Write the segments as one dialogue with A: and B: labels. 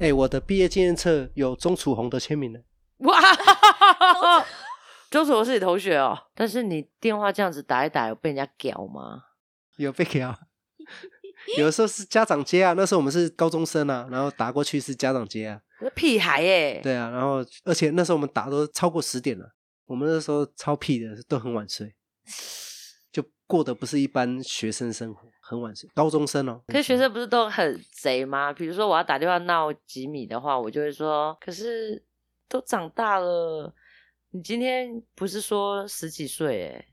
A: 哎、我的毕业纪念册有钟楚红的签名呢。
B: 哇，周楚我是你同学哦，但是你电话这样子打一打，有被人家屌吗？
A: 有被 给啊。有的时候是家长接啊，那时候我们是高中生啊，然后打过去是家长接啊，
B: 屁孩耶、
A: 对啊，然后而且那时候我们打都超过十点了，我们那时候超屁的，都很晚睡，就过得不是一般学生生活，很晚睡，高中生哦。
B: 可是学生不是都很贼吗？比如说我要打电话闹吉米的话，我就会说，可是都长大了，你今天不是说十几岁哎、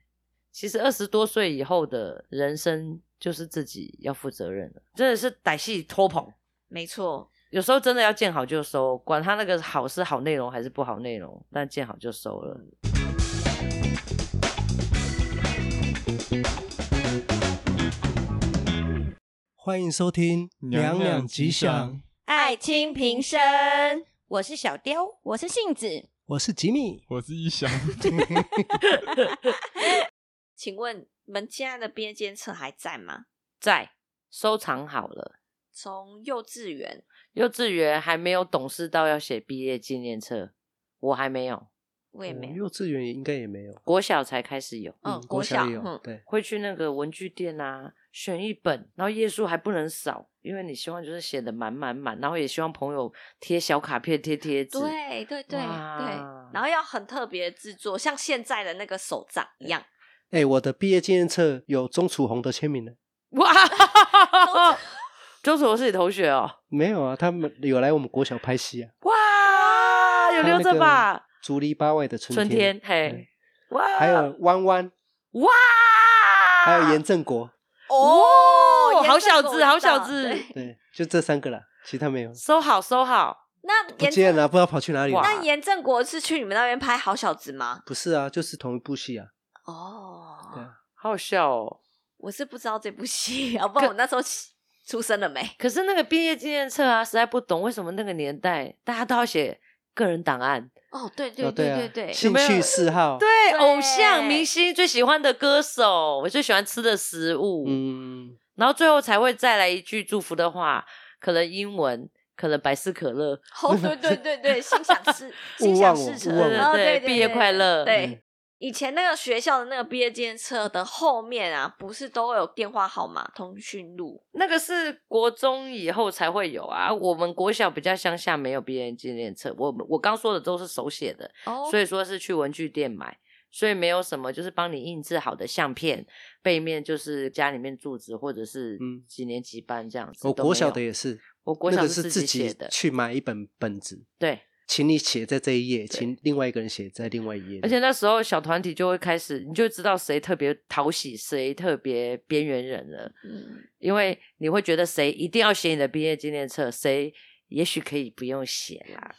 B: 其实二十多岁以后的人生就是自己要负责任了，真的是歹戏拖棚。
C: 没错，
B: 有时候真的要见好就收，管他那个好是好内容还是不好内容，但见好就收了。
A: 欢迎收听《娘娘吉祥》，
C: 爱卿平生，我是小雕，我是杏子。
A: 我是吉米。
D: 我是一翔，
C: 请问你们现在的毕业监测还在吗？
B: 在收藏好了。
C: 从幼稚园
B: 幼稚园还没有懂事到要写毕业纪念册，我还没有，
C: 我也没
A: 哦
C: 有，
A: 幼稚园也应该也没有，
B: 国小才开始有，
C: 嗯，
A: 国
C: 国小
A: 也有，
C: 嗯
A: 对，
B: 会去那个文具店啊，选一本，然后页数还不能少，因为你希望就是写的满满满，然后也希望朋友贴小卡片、贴贴纸，
C: 对对对对，
B: 哇
C: 然后要很特别制作，像现在的那个手账一样。
A: 哎、我的毕业纪念册有钟楚红的签名呢。
B: 哇， 周楚是你同学哦，
A: 没有啊，他们有来我们国小拍戏啊，
B: 哇，有留着吧？
A: 竹篱八外的
B: 春
A: 春
B: 天，啊嘿
A: 对，
B: 哇，
A: 还有弯弯，
B: 哇，
A: 还
B: 啊
A: 有严正国，
B: 哦好
C: 严正
B: 小
C: 国
B: 子
C: 我知
B: 好小
C: 道
B: 子
C: 对
A: 对，就这三个啦，其他没有，
B: 收好收好，
C: 那
A: 不
C: 严
A: 见
C: 正
A: 了，不知道跑去哪里了。
C: 那严正国是去你们那边拍好小子吗？
A: 不是啊，就是同一部戏啊。
C: 哦，
A: 对
B: 好好笑哦。
C: 我是不知道这部戏， 好不好？我那时候起出生了没？
B: 可是那个毕业纪念册啊，实在不懂为什么那个年代大家都要写个人档案，
C: 哦，对
A: 哦
C: 对
A: 对啊
C: 对对，
A: 兴
B: 有没
A: 趣
B: 有
A: 嗜好，
B: 对
C: 对
B: 偶像明星最喜欢的歌手，我最喜欢吃的食物，
A: 嗯，
B: 然后最后才会再来一句祝福的话，可能英文，可能百事可乐，
C: 哦，对对对对，心想 事心
A: 勿
C: 想
A: 忘
C: 事
A: 我
C: 成，
A: 勿忘
B: 我
C: 哦
B: 对
C: 对，
B: 毕业快乐
C: 对
A: 嗯。
C: 以前那个学校的那个毕业纪念册的后面啊，不是都有电话号码、通讯录？
B: 那个是国中以后才会有啊。我们国小比较乡下，没有毕业纪念册。我我刚说的都是手写的，
C: 哦
B: 所
C: 以
B: 以说是去文具店买，所以没有什么就是帮你印制好的相片，背面就是家里面住址或者是
A: 嗯
B: 几年级班这样子。
A: 我
B: 都
A: 国
B: 没
A: 小
B: 有
A: 的也，是，
B: 我国
A: 那
B: 小
A: 个
B: 是
A: 是
B: 自
A: 自
B: 己写
A: 己
B: 的，
A: 去买一本本子，
B: 对。
A: 请你写在这一页，请另外一个人写在另外一页。
B: 而且那时候小团体就会开始，你就知道谁特别讨喜，谁特别边缘人了，
C: 嗯
B: 因为你会觉得谁一定要写你的毕业纪念册，谁也许可以不用写啦。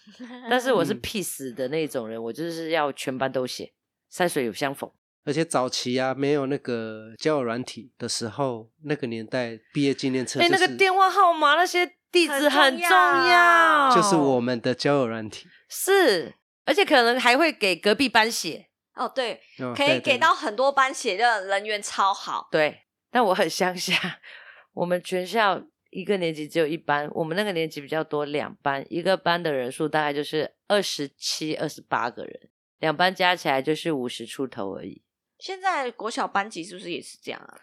B: 但是我是
A: 嗯
B: peace 的那种人，我就是要全班都写，山水有相逢。
A: 而且早期啊，没有那个交友软体的时候，那个年代毕业纪念册
B: 哎、
A: 就是
B: 那个电话号码那些地址
C: 很
B: 很重
C: 重
B: 要，
C: 要
A: 就是
B: 哦
A: 我们的交友软体，
B: 是，而且可能还会给隔壁班写，
C: 哦，对，
A: 哦
C: 可以
A: 对对
C: 给到很多班写的人员超好，
B: 对。但我很乡下，我们全校一个年级只有一班，我们那个年级比较多，两班，一个班的人数大概就是二十七、二十八个人，两班加起来就是五十出头而已。
C: 现在国小班级是不是也是这样 啊？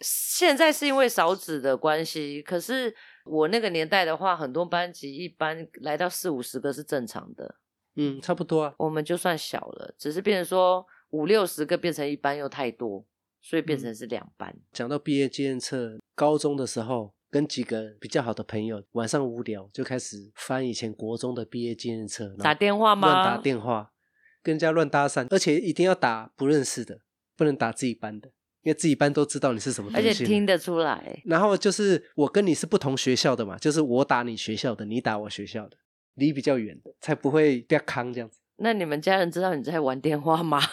B: 现在是因为少子的关系，可是我那个年代的话，很多班级一般来到四五十个是正常的。
A: 嗯，差不多啊。
B: 我们就算小了，只是变成说五六十个变成一班又太多，所以变
A: 嗯
B: 成是两班。
A: 讲到毕业纪念册，高中的时候跟几个比较好的朋友，晚上无聊就开始翻以前国中的毕业纪念册，然后
B: 打电话吗？
A: 乱打电话，跟人家乱搭讪，而且一定要打不认识的，不能打自己班的，因为自己班都知道你是什么
B: 而
A: 东
B: 且
A: 西。
B: 听得出来，
A: 然后就是我跟你是不同学校的嘛，就是我打你学校的，你打我学校的，离比较远的，才不会掉坑这 样子。
B: 那你们家人知道你在玩电话吗？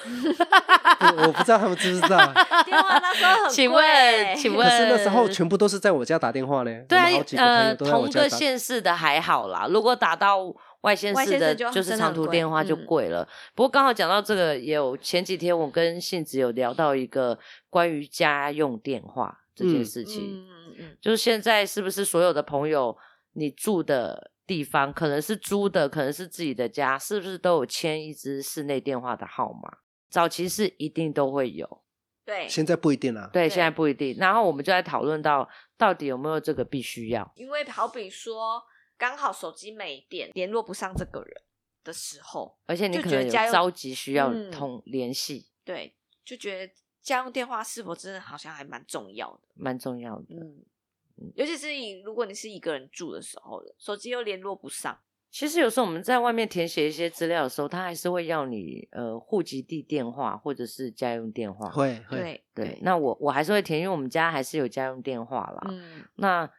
A: 嗯不我不知道他们知不知道啊，
C: 电话那时候很贵
B: 请问，请
A: 可
B: 问，
A: 是那时候全部都是在我家打电话嘞，
B: 对
A: 我
B: 啊
A: 们好几，个朋
B: 呃，
A: 友都在我
B: 同
A: 家
B: 个
A: 打。
B: 县市的还好啦，如果打到外县
C: 外
B: 市
C: 县
B: 的，
C: 市就
B: 就是
C: 真的
B: 长
C: 很
B: 途
C: 贵
B: 电话就
C: 嗯
B: 贵了。不过刚好讲到这个，也有前几天我跟杏子有聊到一个关于家用电话这件
A: 嗯
B: 事情，
C: 嗯嗯嗯，
B: 就是现在是不是所有的朋友，你住的地方，可能是租的，可能是自己的家，是不是都有签一支室内电话的号码？早期是一定都会有，
C: 对，
A: 现在不一定啦。
B: 对，
C: 对
B: 现在不一定。然后我们就在讨论到到底有没有这个必须要。
C: 因为好比说刚好手机没电，联络不上这个人的时候，
B: 而且你
C: 就
B: 可
C: 觉
B: 能
C: 得
B: 有
C: 家用
B: 着急需要
C: 嗯
B: 通联系，
C: 对，就觉得家用电话是否真的好像还蛮重要的。
B: 蛮重要的。
C: 嗯，尤其是你如果你是一个人住的时候的，手机又联络不上，
B: 其实有时候我们在外面填写一些资料的时候，他还是会要你呃户籍地电话或者是家用电话。
A: 会会，
C: 对
B: 对，那我我还是会填，因为我们家还是有家用电话啦。
C: 嗯，
B: 那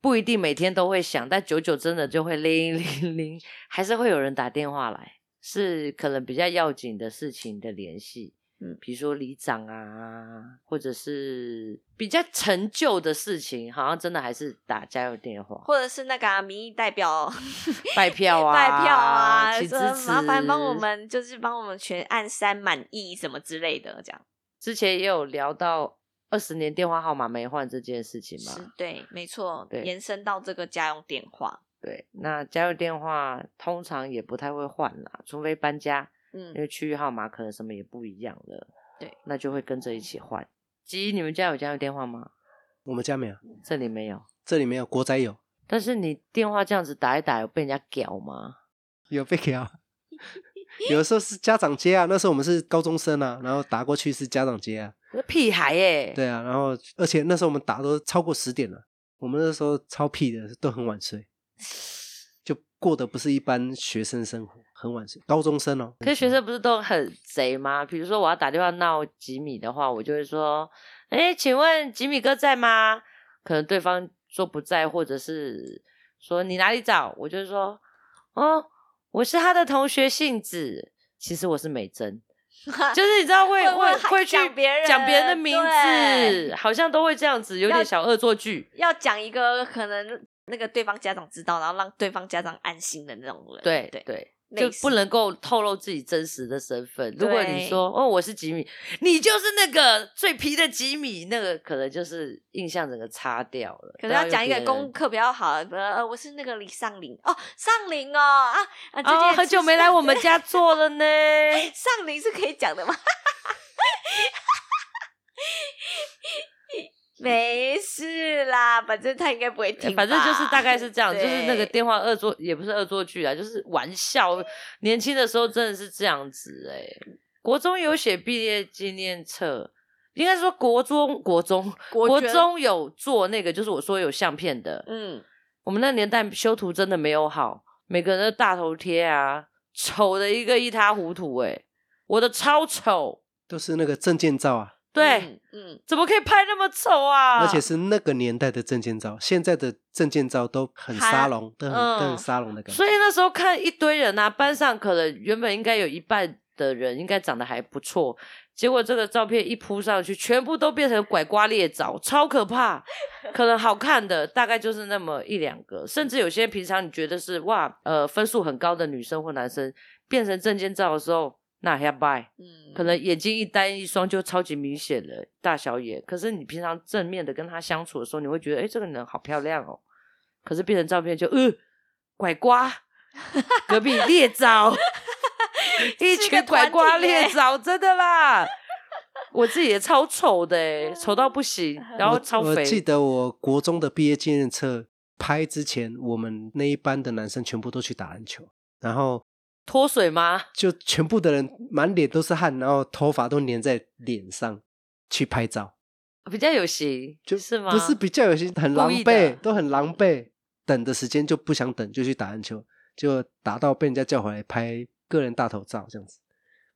B: 不一定每天都会响，但久久真的就会 铃铃铃，还是会有人打电话来，是可能比较要紧的事情的联系。
C: 嗯
B: 比如说里长啊，或者是比较陈旧的事情，好像真的还是打家用电话。
C: 或者是那个啊、民意代表
B: 拜票啊，
C: 拜票啊，
B: 请支
C: 说
B: 持，
C: 麻烦帮我。们就是帮我们全按三满意什么之类的，这样
B: 之前也有聊到二十年电话号码没换这件事情
C: 是
B: 嘛，
C: 对，没错，
B: 对
C: 延伸到这个家用电话，
B: 对，那家用电话通常也不太会换啦，除非搬家，因
C: 嗯，
B: 为区域号码可能什么也不一样了，
C: 对，
B: 那就会跟着一起换。吉，你们家有家用电话吗？
A: 我们家没有，
B: 这里没有。
A: 这里没有，国宅有，
B: 但是你电话这样子打一打，有被人家屌吗？
A: 有被给啊。 有的时候是家长接啊，那时候我们是高中生啊，然后打过去是家长接啊，
B: 屁孩欸耶、
A: 对啊，然后而且那时候我们打都超过十点了，我们那时候超屁的，都很晚睡，就过的不是一般学生生活，很晚睡，高中生哦。
B: 可是学
C: 嗯
B: 生不是都很贼吗？比如说我要打电话闹吉米的话，我就会说：“哎，请问吉米哥在吗？”可能对方说不在，或者是说你哪里找，我就会说：“哦，我是他的同学杏子，其实我是美 珍。”就是你知道会
C: 会
B: 会
C: 会
B: 会去
C: 讲别人
B: 讲别人的名字，
C: 对
B: 好像都会这样子，有点
C: 要
B: 小恶作剧。
C: 要讲一个可能那个对方家长知道，然后让对方家长安心的那种人，
B: 对
C: 对，
B: 对，
C: 类
B: 就
C: 似
B: 不能够透露自己真实的身份。如果你
C: 对
B: 说哦我是吉米，你就是那个最皮的吉米，那个可能就是印象整个擦掉了。
C: 可能要讲一个
B: 然后又
C: 功
B: 别人。
C: 课比较好的，呃，我是那个李尚林哦，尚林哦啊啊，最近
B: 哦，
C: 也
B: 很久
C: 吃
B: 没来我们家做了 呢。哎
C: 尚林是可以讲的吗？ 没事啦，反正他应该不会听吧，
B: 呃反正就是大概是这 样，就是那个
C: 对
B: 电话恶作，也不是恶作剧啊，就是玩笑。年轻的时候真的是这样子哎、国中有写毕业纪念册，应该说国中国中
C: 国
B: 国
C: 捐
B: 中有做那个，就是我说有相片的，
C: 嗯，
B: 我们那年代修图真的没有好，每个人的大头贴啊，丑的一个一塌糊涂哎、我的超丑，
A: 都是那个证件照啊，
B: 对，
C: 嗯，
B: 怎么可以拍那么丑啊？
A: 而且是那个年代的证件照，现在的证件照都很
C: 还
A: 沙龙，都很、都
B: 嗯
A: 很沙龙的感觉
B: 所以。那时候看一堆人啊，班上可能原本应该有一半的人应该长得还不错，结果这个照片一铺上去，全部都变成拐瓜裂枣，超可怕。可能好看的大概就是那么一两个，甚至有些平常你觉得是哇，呃，分数很高的女生或男生，变成证件照的时候，那还要拜。
C: 嗯，
B: 可能眼睛一单一双就超级明显了，大小眼。可是你平常正面的跟他相处的时候，你会觉得，哎、这个人好漂亮哦。可是变成照片就，呃，拐瓜，隔壁裂 枣，一
C: 是一
B: 群
C: 个
B: 拐瓜
C: 团体耶
B: 裂枣，真的 啦。我自己也超丑的、欸，丑到不行，然后
A: 我
B: 超
A: 我记
B: 肥。
A: 得我国中的毕业纪念册拍之前，我们那一班的男生全部都去打篮球，然后
B: 脱水吗？
A: 就全部的人满脸都是汗，然后头发都粘在脸上去拍照，
B: 比较有型，
A: 就是
B: 吗？
A: 不是比较有些很狼
B: 故意的
A: 狈，都很狼狈，等的时间就不想等，就去打篮球，就打到被人家叫回来拍个人大头照这样子。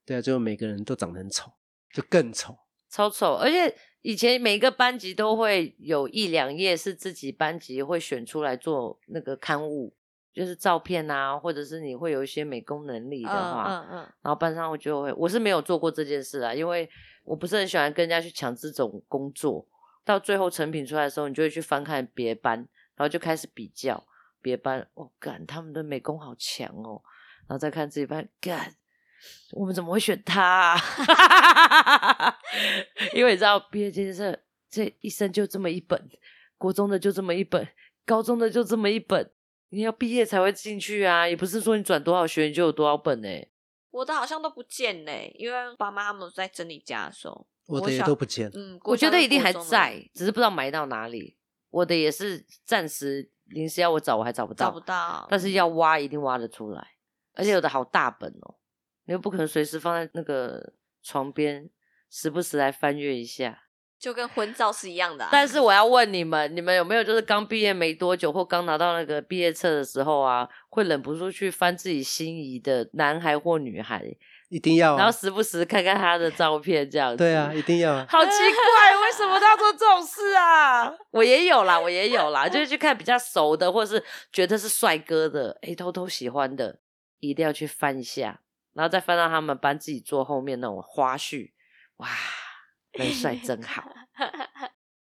A: 对啊，就每个人都长得很丑，就更丑。
B: 超丑，而且以前每个班级都会有一两页是自己班级会选出来做那个刊物，就是照片啊，或者是你会有一些美工能力
C: 嗯
B: 的话，
C: 嗯嗯，
B: 然后班上我就会，我是没有做过这件事啊，因为我不是很喜欢跟人家去抢这种工作。到最后成品出来的时候，你就会去翻看别班，然后就开始比较别班，哦，干他们的美工好强哦，然后再看自己班，干我们怎么会选他、啊？ 因为你知道毕业纪念册这一生就这么一本，国中的就这么一本，高中的就这么一本，你要毕业才会进去啊，也不是说你转多少学你就有多少本哎、
C: 我的好像都不见嘞、因为爸妈他们在整理家的时候，
A: 我的也
C: 小
A: 都不见了。
C: 嗯，
B: 我
C: 国
B: 觉
C: 小
B: 得
C: 跟
B: 一定
C: 国
B: 还
C: 中的啊
B: 在，只是不知道埋到哪里。我的也是暂时临时要我找，我还找不到，
C: 找不到，嗯
B: 但是要挖一定挖得出来，而且有的好大本哦，你又不可能随时放在那个床边，时不时来翻阅一下。
C: 就跟婚照是一样的啊、
B: 但是我要问你们，你们有没有就是刚毕业没多久或刚拿到那个毕业册的时候啊，会忍不住去翻自己心仪的男孩或女孩，
A: 一定
C: 哦
A: 要、
B: 然后
A: 啊，
B: 时不时看看他的照片这样子？
A: 对啊，一定要 啊。
B: 好奇怪，为什么他要做这种事啊？ 我也有啦，我也有啦， 就是去看比较熟的，或是觉得是帅哥的，哎，偷偷喜欢的，一定要去翻一下，然后再翻到他们班自己坐后面那种花絮，哇，人帅真 好，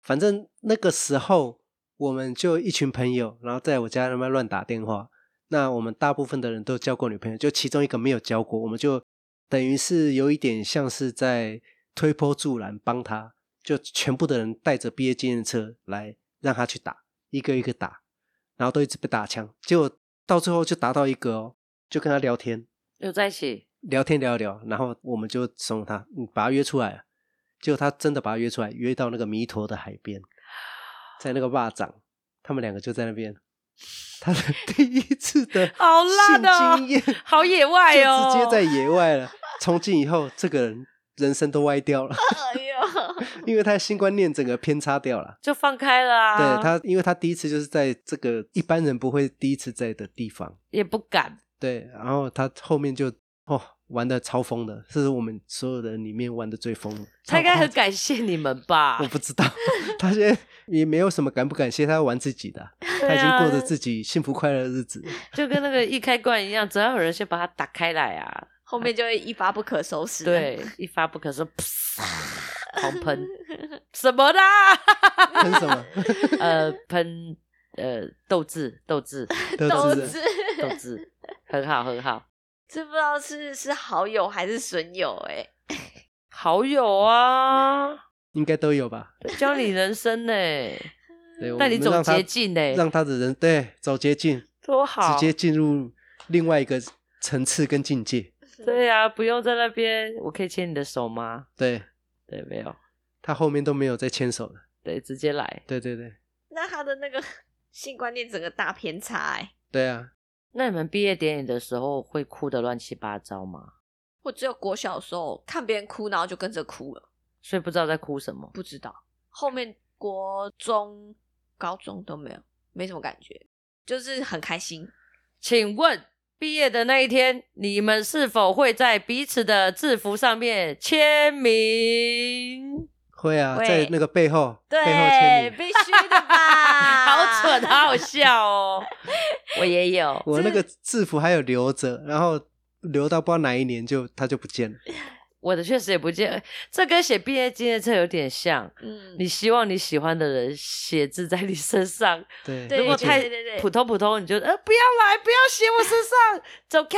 A: 反正那个时候我们就一群朋友，然后在我家那边乱打电话。那我们大部分的人都交过女朋友，就其中一个没有交过，我们就等于是有一点像是在推波助澜，帮他就全部的人带着毕业纪念册来让他去打，一个一个打，然后都一直被打枪，结果到最后就打到一个哦，就跟他聊天，
B: 有在一起，
A: 聊天聊一聊，然后我们就怂恿他，你把他约出来。啊结果他真的把他约出来，约到那个弥陀的海边，在那个坝掌，他们两个就在那边。他的第一次的
B: 好辣的哦
A: 性经验，
B: 好野外哦
A: 就直接在野外 了。从今以后，这个人人生都歪掉了，
C: 哎呦，
A: 因为他的新观念整个偏差掉了。
B: 就放开了啊，
A: 对他，因为他第一次就是在这个一般人不会第一次在的地方，
B: 也不敢，
A: 对，然后他后面就哦玩的超疯的，是我们所有人里面玩的最疯的。
B: 他应该
A: 超夸
B: 很感谢你们吧
A: 我？不 知道，他现在也没有什么感不感谢，他玩自己的啊，他已经过着自己幸福快乐的日子。
B: 就跟那个一开罐一样，只要有人先把它打开来啊，
C: 后面就会一发不可收拾。，
B: 对，一发不可收，噗狂喷 什么啦？
A: 跟什 么
B: 呃，喷呃斗志，斗志，
A: 都
C: 都
A: 是
C: 是
B: 斗 志，很好，很好。
C: 这不知道是是好友还是损友哎、
B: 好友啊，
A: 应该都有吧？
B: 教 你人生呢、
A: 对，我
B: 带
A: 们
B: 嗯你走
A: 让他
B: 捷径呢、
A: 让他的人对走捷径，
B: 多好！
A: 直接进入另外一个层次跟境界。
B: 对啊，不用在那边，我可以牵你的手吗？
A: 对
B: 对，没有，
A: 他后面都没有再牵手了。
B: 对，直接来。
A: 对对对
C: 那他的那个 性观念整个大偏差哎、
A: 对啊！
B: 那你们毕业典礼的时候会哭的乱七八糟吗？
C: 我只有国小的时候看别人哭，然后就跟着哭了，
B: 所以不知道在哭什么。
C: 不知道后面国中、高中都没有，没什么感觉，就是很开心。
B: 请问毕业的那一天，你们是否会在彼此的制服上面签名？
A: 会啊，
C: 会
A: 在那个背后
C: 对，
A: 背后 签名。
C: 必须的吧？
B: 好蠢，好好笑哦！ 我也有，
A: 我那个制服还有留着，然后留到不知道哪一年就他就不见了。
B: 我的确实也不见，这跟写毕业纪念册有点像。
C: 嗯，
B: 你希望你喜欢的人写字在你身上，
A: 对，
C: 对
B: 如果
A: 而且
B: 太
C: 对对对
B: 普通普通，你就呃不要来，不要写我身上， 走开。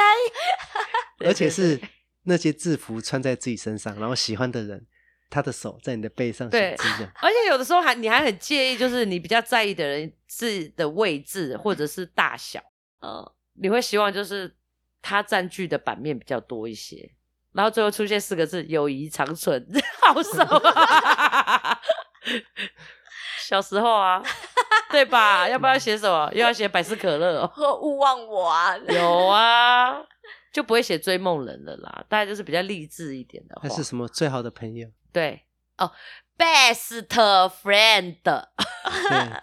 A: 而且是 那些制服穿在自己身上，然后喜欢的人，他的手在你的背上
B: 对
A: 写字 这样。
B: 而且有的时候还你还很介意，就是你比较在意的人字的位置或者是大小。
C: 嗯，
B: 你会希望就是它占据的版面比较多一些，然后最后出现四个字“友谊长存”， 好熟啊！ 小时候啊，对吧？要不要写什么？又要写百事可乐哦，
C: 和勿忘我啊，
B: 有啊，就不会写追梦人了啦。大概就是比较励志一点的话
A: 那，是什么最好的朋 友？
B: 对哦，best friend，
A: 对，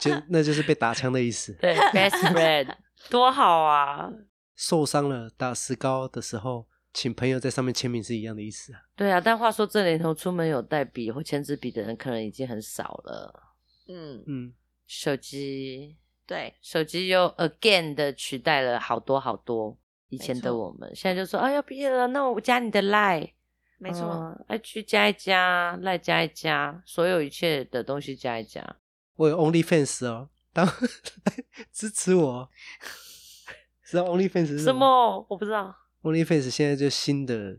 A: 就那就是被打枪的意思。
B: 对 best friend，多 好啊！
A: 受伤了打石膏的时候，请朋友在上面签名是一样的意思啊。
B: 对啊，但话说这年头出门有带笔或签字笔的人可能已经很少了。
C: 嗯，
A: 嗯，
B: 手机，
C: 对，
B: 手机又 again 的取代了好多好多以前的
C: 错
B: 我们。现在就说啊，要毕业了，那我加你的 line，
C: 没错，
B: 嗯，IG 加一加，line 加一加，所有一切的东西加一加。
A: 我有 OnlyFans 哦，当 支持我哦。 知道 OnlyFans 是哦
B: 什
A: 么
B: 么？我不知道，
A: ？OnlyFans 现在就新的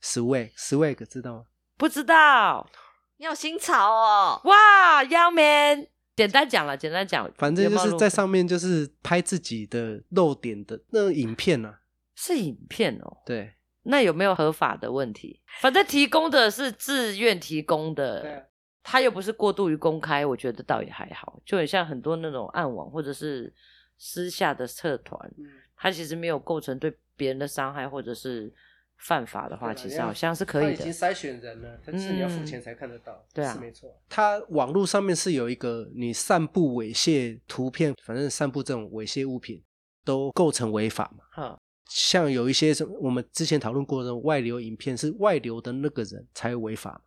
A: swag，swag 知道吗？
B: 不知道。
C: 你好新潮哦，
B: 哇，Young Man，简单讲了，简单讲，
A: 反正
B: 有
A: 就
B: 没有
A: 是
B: 录
A: 在上面就是拍自己的露点的那种影片啊，
B: 是影片哦。
A: 对，
B: 那有没有合法的问题？反正提供的是自愿提供
A: 对啊
B: 的，他又不是过度于公开，我觉得倒也还好。就很像很多那种暗网或者是私下的社团，
A: 嗯
B: 他其实没有构成对别人的伤害或者是犯法的话，其实好像是可以的。
A: 筛选人了，但
B: 是你要付钱
A: 才看得到，
B: 对啊是没
A: 错。它网络上面是有一个你散布猥亵图片，反正散布这种猥亵物品都构成违法嘛。
B: 哈，
A: 像有一些什么我们之前讨论过的外流影片，是外流的那个人才违法，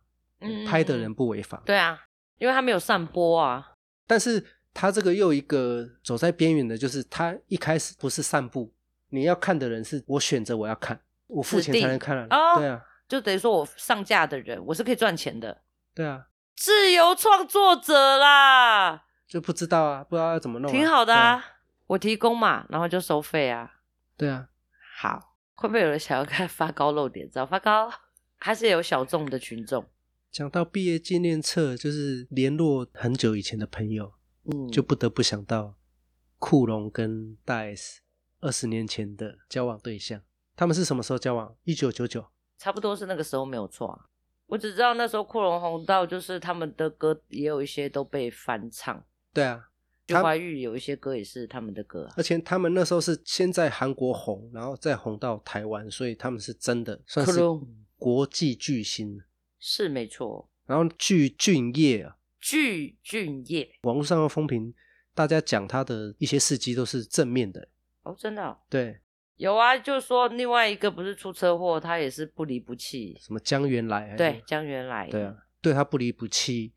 A: 嗯
B: 嗯
A: 拍的人不违法。
B: 对啊，因为他没有散播啊。
A: 但是他这个又一个走在边缘的，就是他一开始不是散步，你要看的人是我选择我要看，我付钱
B: 指定
A: 才能看啊。
B: 哦
A: 对啊，
B: 就等于说我上架的人，我是可以赚钱的，
A: 对啊，
B: 自由创作者啦，
A: 就不知道啊，不知道要怎么弄啊、
B: 挺好的啊。我提供嘛，然后就收费啊。
A: 对啊。对啊，
B: 好，会不会有人想要看发高露点照？发高 还是有小众的群众，
A: 讲到毕业纪念册，就是联络很久以前的朋友，
B: 嗯，
A: 就不得不想到库龙跟大 S 二十年前的交往对象。他们是什么时候交往？一九九九。
B: 差不多是那个时候没有错啊。我只知道那时候库龙红到，就是他们的歌也有一些都被翻唱，
A: 对啊，
B: 就
A: 他呃
B: 怀玉有一些歌也是他们的歌、啊
A: 而。且他们那时候是先在韩国红，然后再红到台湾，所以他们是真的算是
B: 克隆
A: 国际巨星。
B: 是没错，
A: 然后据俊业啊，
B: 具俊晔
A: 网络上的风评，大家讲他的一些事迹都是正面的。
B: 哦，真的哦、
A: 对，
B: 有啊，就说另外一个不是出车祸，他也是不离不弃。
A: 什么江原来还是
B: 对，江原来
A: 对啊，，对他不离不弃。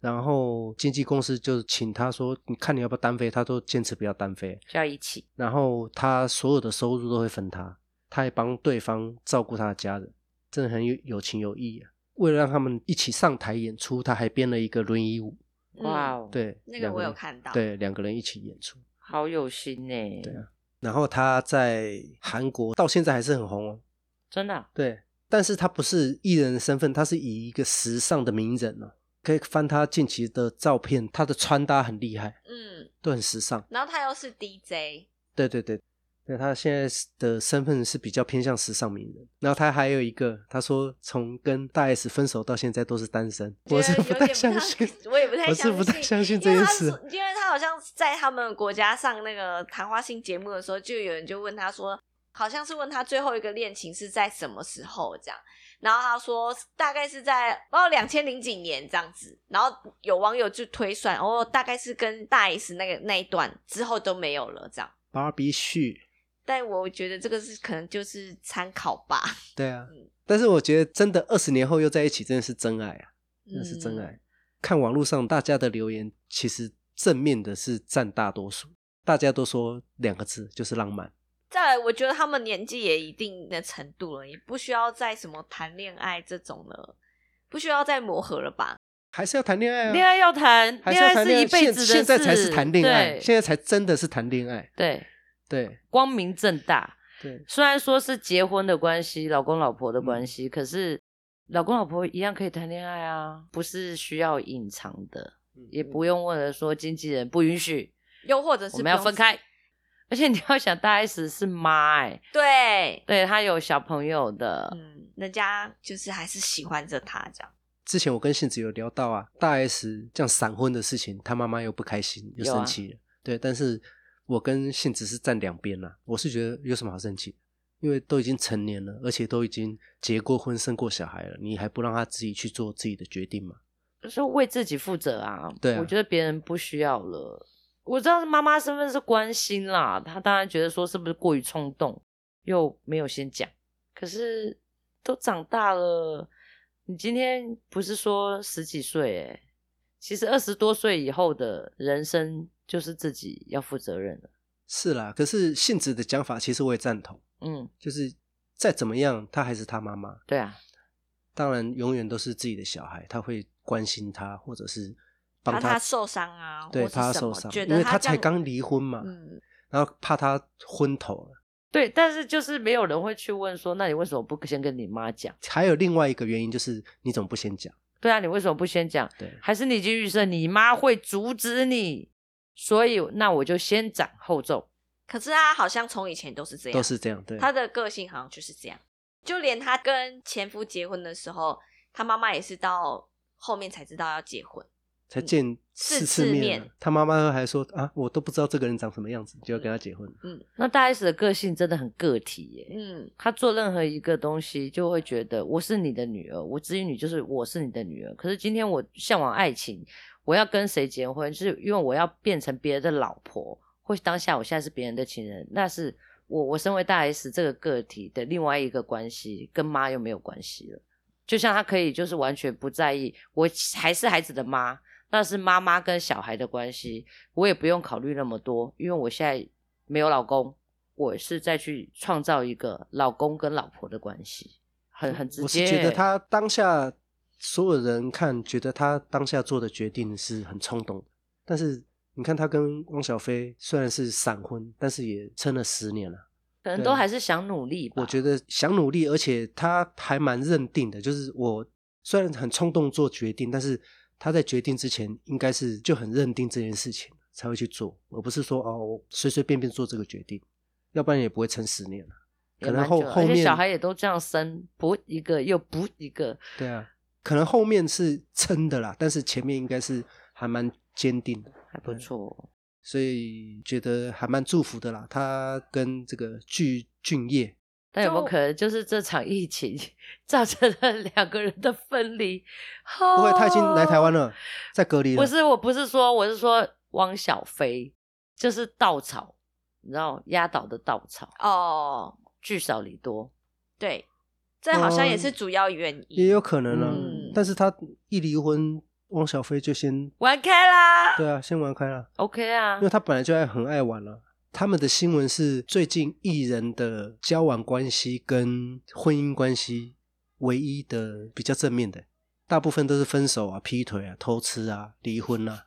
A: 然后经纪公司就请他说：“你看你要不要单飞？”他都坚持不要单飞。
B: 就要一起。
A: 然后他所有的收入都会分他，他也帮对方照顾他的家人，真的很有有情有义啊。为了让他们一起上台演出，他还编了一个轮椅舞，
C: 嗯
B: 哇哦，，
A: 对，
C: 那个
A: 两
C: 我有
A: 人
C: 看到
A: 对，两个人一起演出。
B: 好有心呢、对啊，
A: 然后他在韩国到现在还是很红哦，
B: 真的啊、
A: 对，但是他不是艺人的身份，他是以一个时尚的名人哦。可以翻他近期的照片，他的穿搭很厉害，
C: 嗯，
A: 都很时尚。
C: 然后他又是 DJ，
A: 对对对，对他现在的身份是比较偏向时尚名人。然后他还有一个，他说从跟大 S 分手到现在都是单身，我是
C: 觉得有
A: 太
C: 点
A: 相
C: 太
A: 信，
C: 我也不太
A: 我
C: 相
A: 是
C: 信，
A: 不太相信这
C: 因为
A: 件
C: 他
A: 事
C: 是。因为他好像在他们国家上那个谈话性节目的时候，就有人就问他说，好像是问他最后一个恋情是在什么时候这样，然后他说大概是在哦两千零几年这样子，然后有网友就推算哦大概是跟大 S 那个那一段之后都没有了这样，
A: 芭比旭，
C: 但我觉得这个是可能就是参考吧，
A: 对啊。
C: 嗯
A: 但是我觉得真的二十年后又在一起，真的是真爱啊，真的是真
C: 嗯
A: 爱。看网络上大家的留言，其实正面的是占大多数，大家都说两个字就是浪漫。
C: 再来，我觉得他们年纪也一定的程度了，也不需要再什么谈恋爱这种了，不需要再磨合了吧？
A: 还是要谈恋爱啊，
B: 恋爱要谈，
A: 还是要谈
B: 是
A: 恋爱。
B: 一辈
A: 现
B: 子的事，
A: 现在才是谈恋爱，
B: 对
A: 现在才真的是谈恋爱。
B: 对，
A: 对
B: 光明正大。
A: 对，
B: 虽然说是结婚的关系，老公老婆的关系，
A: 嗯
B: 可是老公老婆一样可以谈恋爱啊，不是需要隐藏的，
A: 嗯
B: 也不用为了说经纪人不允许，
C: 又或者是
B: 我们要
C: 不用
B: 分？开。 而且你要想，大 S 是妈哎、
C: 对，
B: 对她有小朋友的，
C: 嗯，人家就是还是喜欢着他这样。
A: 之前我跟杏子有聊到啊，大 S 这样闪婚的事情，她妈妈又不开心，又
B: 有啊
A: 生气了。对，但是我跟杏子是站两边啦。我是觉得有什么好生气的，因为都已经成年了，而且都已经结过婚、生过小孩了，你还不让她自己去做自己的决定吗？
B: 就是为自己负责啊。
A: 对啊
B: 我觉得别人不需要了。我知道妈妈身份是关心啦，她当然觉得说是不是过于冲动，又没有先讲。可是都长大了，你今天不是说十几岁诶、其实二十多岁以后的人生就是自己要负责任了。
A: 是啦，可是杏子的讲法其实我也赞同，
B: 嗯，
A: 就是再怎么样，她还是她妈妈。
B: 对啊，
A: 当然，永远都是自己的小孩，她会关心他，或者是帮
C: 怕
A: 他
C: 他受伤啊
A: 对，
C: 或是
A: 怕他
C: 什
A: 受
C: 么
A: 伤，
C: 觉
A: 因
C: 得
A: 为
C: 他
A: 她
C: 这样
A: 才刚离婚嘛，
C: 嗯，
A: 然后怕他昏头了。
B: 对，但是就是没有人会去问说，那你为什么不先跟你妈讲？
A: 还有另外一个原因就是，你怎么不先讲？
B: 对啊，你为什么不先讲？
A: 对，
B: 还是你已经预设你妈会阻止你，所以那我就先斩后奏。
C: 可是他好像从以前都是这样，
A: 都是这样，对，
C: 他的个性好像就是这样。就连他跟前夫结婚的时候，他妈妈也是到后面才知道要结婚。
A: 才见
C: 嗯四
A: 四
C: 次
A: 次面
C: 面
A: 啊，他妈妈还说啊，我都不知道这个人长什么样子，就要跟他结婚。
B: 那大 S 的个性真的很个体耶、
C: 嗯，
B: 她做任何一个东西就会觉得我是你的女儿，我子女就是我是你的女儿。可是今天我向往爱情，我要跟谁结婚，就是因为我要变成别人的老婆，或当下我现在是别人的情人，那是我我身为大 S 这个个体的另外一个关系，跟妈又没有关系了。就像她可以就是完全不在意，我还是孩子的妈，那是妈妈跟小孩的关系，我也不用考虑那么多，因为我现在没有老公，我是再去创造一个老公跟老婆的关系，很很直
A: 我
B: 接、
A: 是觉得他当下所有人看，觉得他当下做的决定是很冲动的，但是你看他跟汪小菲虽然是闪婚，但是也撑了十年了。
B: 可能
A: 对
B: 都还是想努力吧。
A: 我觉得想努力，而且他还蛮认定的，就是我虽然很冲动做决定，但是他在决定之前应该是就很认定这件事情才会去做，而不是说哦我随随便便做这个决定，要不然也不会撑十年了。
B: 也
A: 可能
B: 蛮
A: 后
B: 久了
A: 后
B: 而且
A: 面
B: 小孩也都这样生，补一个又补一个，
A: 对啊，可能后面是撑的啦，但是前面应该是还蛮坚定的，
B: 还不错。
A: 所以觉得还蛮祝福的啦。他跟这个具俊晔，
B: 但有没有
C: 就
B: 可能就是这场疫情 造成了两个人的分离？
A: 不
B: 不
A: 会他已经来台湾了，在隔离了。
B: 不是，我不是说，我是说汪小菲就是稻草，你知道压倒的稻草，
C: 哦，
B: 聚少离多。
C: 对，这好像也是
A: 嗯
C: 主要原
A: 也
C: 因。
A: 有可能啊。
C: 嗯
A: 但是他一离婚，汪小菲就先
B: 玩开啦
A: 对啊，先玩开了，
B: ，OK 啊
A: 因为，他本来就爱很爱玩了、他们的新闻是最近艺人的交往关系跟婚姻关系唯一的比较正面的，大部分都是分手啊、劈腿啊、偷吃啊、离婚 啊。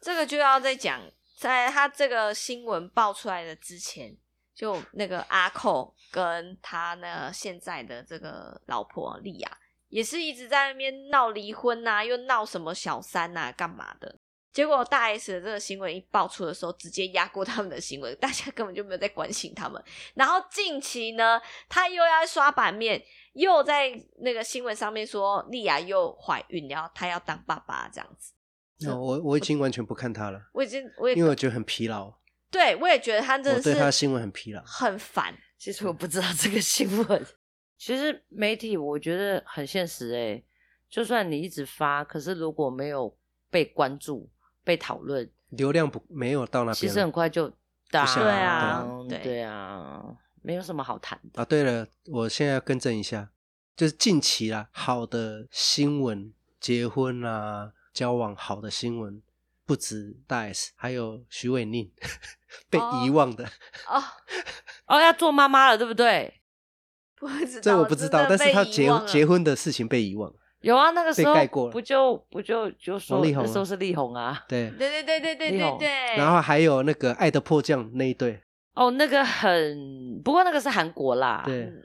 C: 这个就要再讲，在他这个新闻爆出来的之前，就那个阿寇跟他呢现在的这个老婆莉亚，也是一直在那边闹离婚呐、又闹什么小三呐、干嘛的。结果大 S 的这个新闻一爆出的时候，直接压过他们的新闻，大家根本就没有在关心他们。然后近期呢，他又要刷版面，又在那个新闻上面说莉亚又怀孕，然后他要当爸爸这样子。
A: 那我我已经完全不看他了，
C: 我已经我也
A: 因为我觉得很疲劳，
C: 对，我也觉得他真
A: 我
C: 的
A: 哦对
C: 是
A: 他的新闻很疲劳。
C: 很烦。
B: 其实我不知道这个新闻。其实媒体我觉得很现实诶、就算你一直发，可是如果没有被关注、被讨论，
A: 流量不没有到那
B: 其
A: 边
B: 实
A: 了
B: 很快就打
A: 下
C: 来了对啊对
B: 对啊，没有什么好谈的。
A: 啊。对了，我现在要更正一下，就是近期啦，好的新闻，结婚啊，交往好的新闻，不止大 S，还有徐伟宁 被遗忘的，
C: 哦，
B: 哦，要做妈妈了，对不对？
C: 不知道，
A: 这我不知道，
C: 真的
A: 但是
C: 被
A: 他
C: 遗
A: 结
C: 忘了
A: 结婚的事情被遗忘，
B: 有啊，那个时候
A: 被盖过了
B: 不就不就就说
A: 王力宏啊
B: 那时候是力宏啊，
A: 对。
C: 对对对对对
B: 力
C: 对
B: 宏
C: 对，
A: 然后还有那个《爱的迫降》那一对，
B: 哦，那个很不过那个是韩国啦，
A: 对，
C: 嗯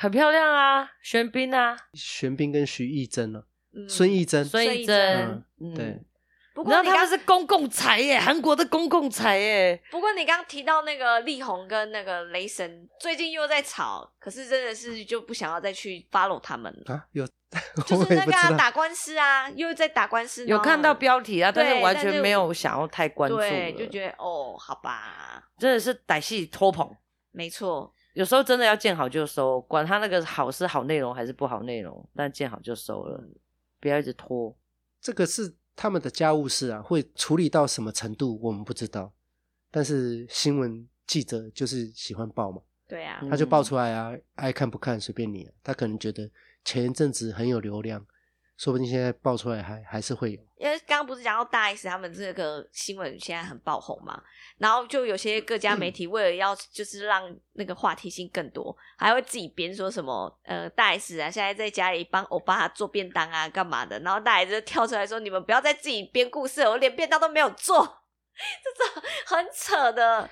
B: 很漂亮啊，玄彬啊，
A: 玄彬跟徐艺珍了，
C: 嗯
A: 孙艺珍，
B: 孙
C: 艺
B: 艺珍
A: 珍，
B: 嗯，
A: 对，
C: 不
B: 然
C: 过
B: 后
C: 你
B: 他
C: 刚
B: 们是公共财耶，韩国的公共财耶，
C: 不过你刚提到那个力宏跟那个雷神，最近又在吵，可是真的是就不想要再去 follow 他们 了。
A: 啊，有，
C: 就
A: 我
C: 是
A: 也
C: 那
A: 不
C: 个
A: 知
C: 啊、
A: 道。
C: 打官司啊，又在打官司。
B: 有
C: 然后
B: 看到标题啊，但
C: 对
B: 是完
C: 但是
B: 全没有想要太关注了，
C: 对，就觉得嗯哦，好吧，
B: 真的是歹戏拖棚。
C: 没错，
B: 有时候真的要见好就收，管他那个好是好内容还是不好内容，但见好就收了，
C: 嗯
B: 不要一直拖。
A: 这个是他们的家务事啊，会处理到什么程度我们不知道，但是新闻记者就是喜欢报嘛，
C: 对啊，
B: 嗯
A: 他就报出来啊，爱看不看随便你、啊。他可能觉得前一阵子很有流量，说不定现在报出来还还是会有。
C: 因为刚刚不是讲到大 S 他们这个新闻现在很爆红嘛，然后就有些各家媒体为了要就是让那个话题性更多，还会自己编说什么呃大 S 啊现在在家里帮欧巴做便当啊干嘛的，然后大 S 就跳出来说你们不要再自己编故事了，我连便当都没有做， 这种很扯的。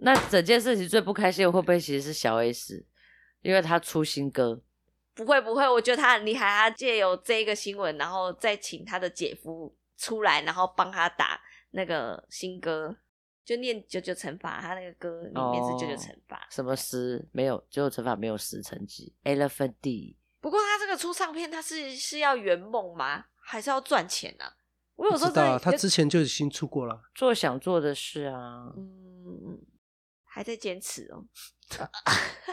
B: 那整件事情最不开心的会不会其实是小 S，因为她出新歌，
C: 不会不会，我觉得他很厉害，他借由这个新闻，然后再请他的姐夫出来，然后帮他打那个新歌，就念九九乘法，他那个歌里面是九九乘法。
A: 哦
B: 什么诗没有？最后惩罚没有十成绩。Elephant D，
C: 不过他这个出唱片，他是是要圆梦吗？还是要赚钱啊？我有
A: 不
C: 时候
A: 知
C: 真
A: 道
C: 的
A: 啊，他
C: 有
A: 之前就已经出过了。
B: 做想做的事啊。
C: 嗯还在坚持哦。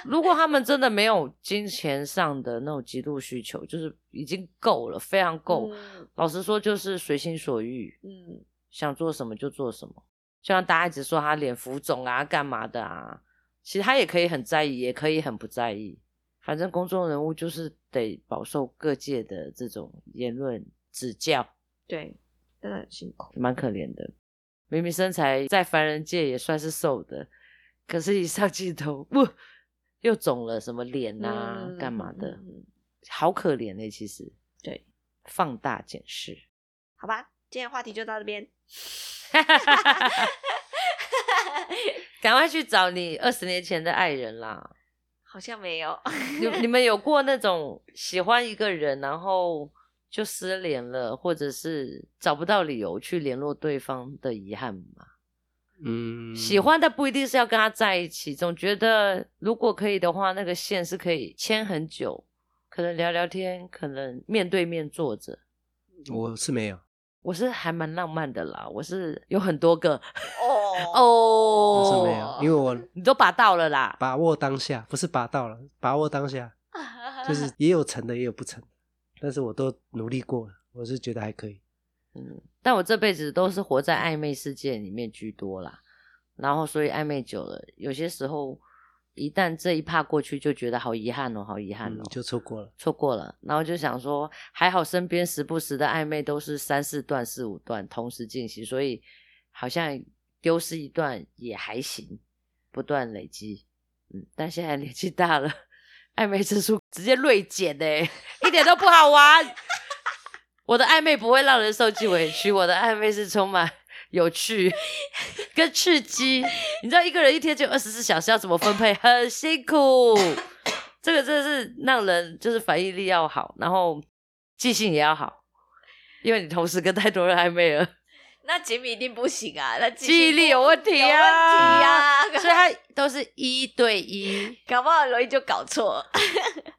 B: 如果他们真的没有金钱上的那种极度需求，就是已经够了，非常够。
C: 嗯
B: 老实说，就是随心所欲，
C: 嗯
B: 想做什么就做什么。就像大家一直说他脸浮肿啊，干嘛的啊？其实他也可以很在意，也可以很不在意。反正公众人物就是得饱受各界的这种言论指教，
C: 对，真的很辛苦。
B: 蛮可怜的。明明身材在凡人界也算是瘦的，可是一上镜头，不又肿了，什么脸啊，
C: 嗯
B: 干嘛的？
C: 嗯嗯嗯
B: 好可怜呢、其实。
C: 对，
B: 放大检视。
C: 好吧，今天的话题就到这边。
B: 赶快去找你二十年前的爱人啦！
C: 好像没有，
A: 哦
B: 你你们有过那种喜欢一个人，然后就失联了，或者是找不到理由去联络对方的遗憾吗？
A: 嗯，
B: 喜欢的不一定是要跟他在一起，总觉得如果可以的话，那个线是可以牵很久，可能聊聊天，可能面对面坐着。
A: 我是没有，
B: 我是还蛮浪漫的啦，我是有很多个
C: 哦
A: 我
B: 哦，
A: 是没有， 因为我
B: 你都把到了啦，
A: 把握当下，不是拔到了，把握当下，就是也有成的，也有不成的，但是我都努力过了，我是觉得还可以。
B: 嗯，但我这辈子都是活在暧昧世界里面居多啦，然后所以暧昧久了，有些时候一旦这一趴过去，就觉得好遗憾哦，好遗憾
A: 嗯
B: 哦，，
A: 就错过了。
B: 错过了，然后就想说，还好身边时不时的暧昧都是三四段、四五段同时进行，所以好像丢失一段也还行，不断累积。嗯，但现在年纪大了，暧昧之数直接锐减呢、一点都不好玩。 我的暧昧不会让人受尽委屈，我的暧昧是充满有趣 跟刺激。你知道一个人一天就二十四小时，要怎么分配，很辛苦。这个真的是让人就是反应力要好，然后记性也要好，因为你同时跟太多人暧昧了，
C: 那吉米一定不行啊，那
B: 记忆力有问题
C: 有问题啊
B: 啊，，所以他都是一对一，
C: 搞不好很容易就搞错。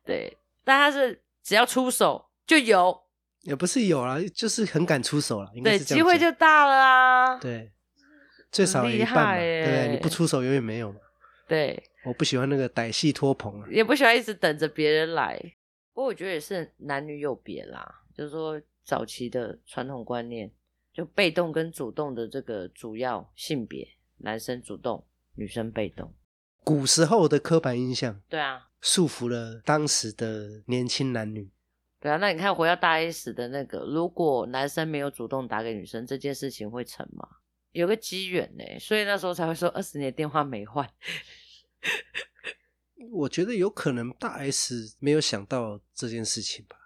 B: 对，但他是只要出手就有，
A: 也不是有啦，就是很敢出手了，应该
B: 对，
A: 是这
B: 机
A: 样
B: 会就
A: 讲
B: 大了啊，
A: 对，最
B: 很
A: 少有
B: 厉
A: 一半嘛，
B: 害
A: 对不对？你
B: 耶
A: 不出手永远没有嘛。
B: 对，
A: 我不喜欢那个歹戏拖棚啊，
B: 也不喜欢一直等着别人来。不过我觉得也是男女有别啦，就是说早期的传统观念，就被动跟主动的这个主要性别，男生主动，女生被动。
A: 古时候的刻板印象
B: 对啊，
A: 束缚了当时的年轻男女。
B: 对啊。那你看回到大 S 的那个，如果男生没有主动打给女生，这件事情会成吗？有个机缘呢，所以那时候才会说二十年电话没换。
A: 我觉得有可能大 S 没有想到这件事情吧，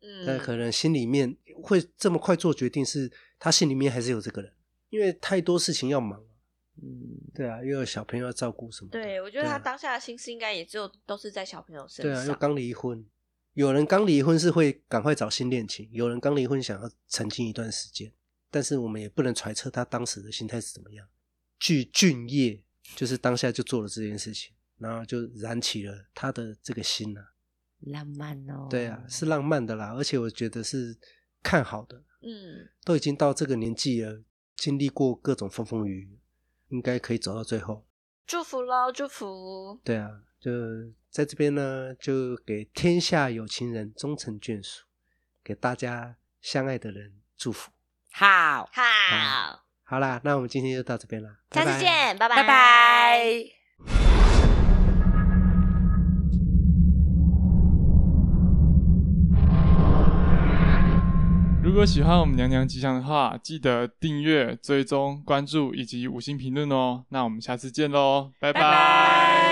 A: 那、
C: 嗯，
A: 可能心里面会这么快做决定，是他心里面还是有这个人，因为太多事情要忙，
B: 嗯，
A: 对啊，又有小朋友要照顾什么的，
C: 对，我觉得他
A: 对啊
C: 当下的心思应该也只有都是在小朋友身
A: 对啊，又
C: 上。
A: 刚离婚，有人刚离婚是会赶快找新恋情，有人刚离婚想要沉浸一段时间，但是我们也不能揣测他当时的心态是怎么样。据俊业就是当下就做了这件事情，然后就燃起了他的这个心啊，
B: 浪漫哦。
A: 对啊，是浪漫的啦，而且我觉得是看好的，
C: 嗯，
A: 都已经到这个年纪了，经历过各种风风雨雨，应该可以走到最后。
C: 祝福喽，祝福。
A: 对啊，就在这边呢，就给天下有情人终成眷属，给大家相爱的人祝福。
B: 好，
C: 好，
A: 好啦，那我们今天就到这边啦，
C: 下
A: 拜
C: 次
A: 拜。
C: 见，拜拜，
B: 拜拜。
D: 如果喜欢我们娘娘吉祥的话，记得订阅、追踪、关注以及五星评论哦。那我们下次见喽，拜拜。
B: 拜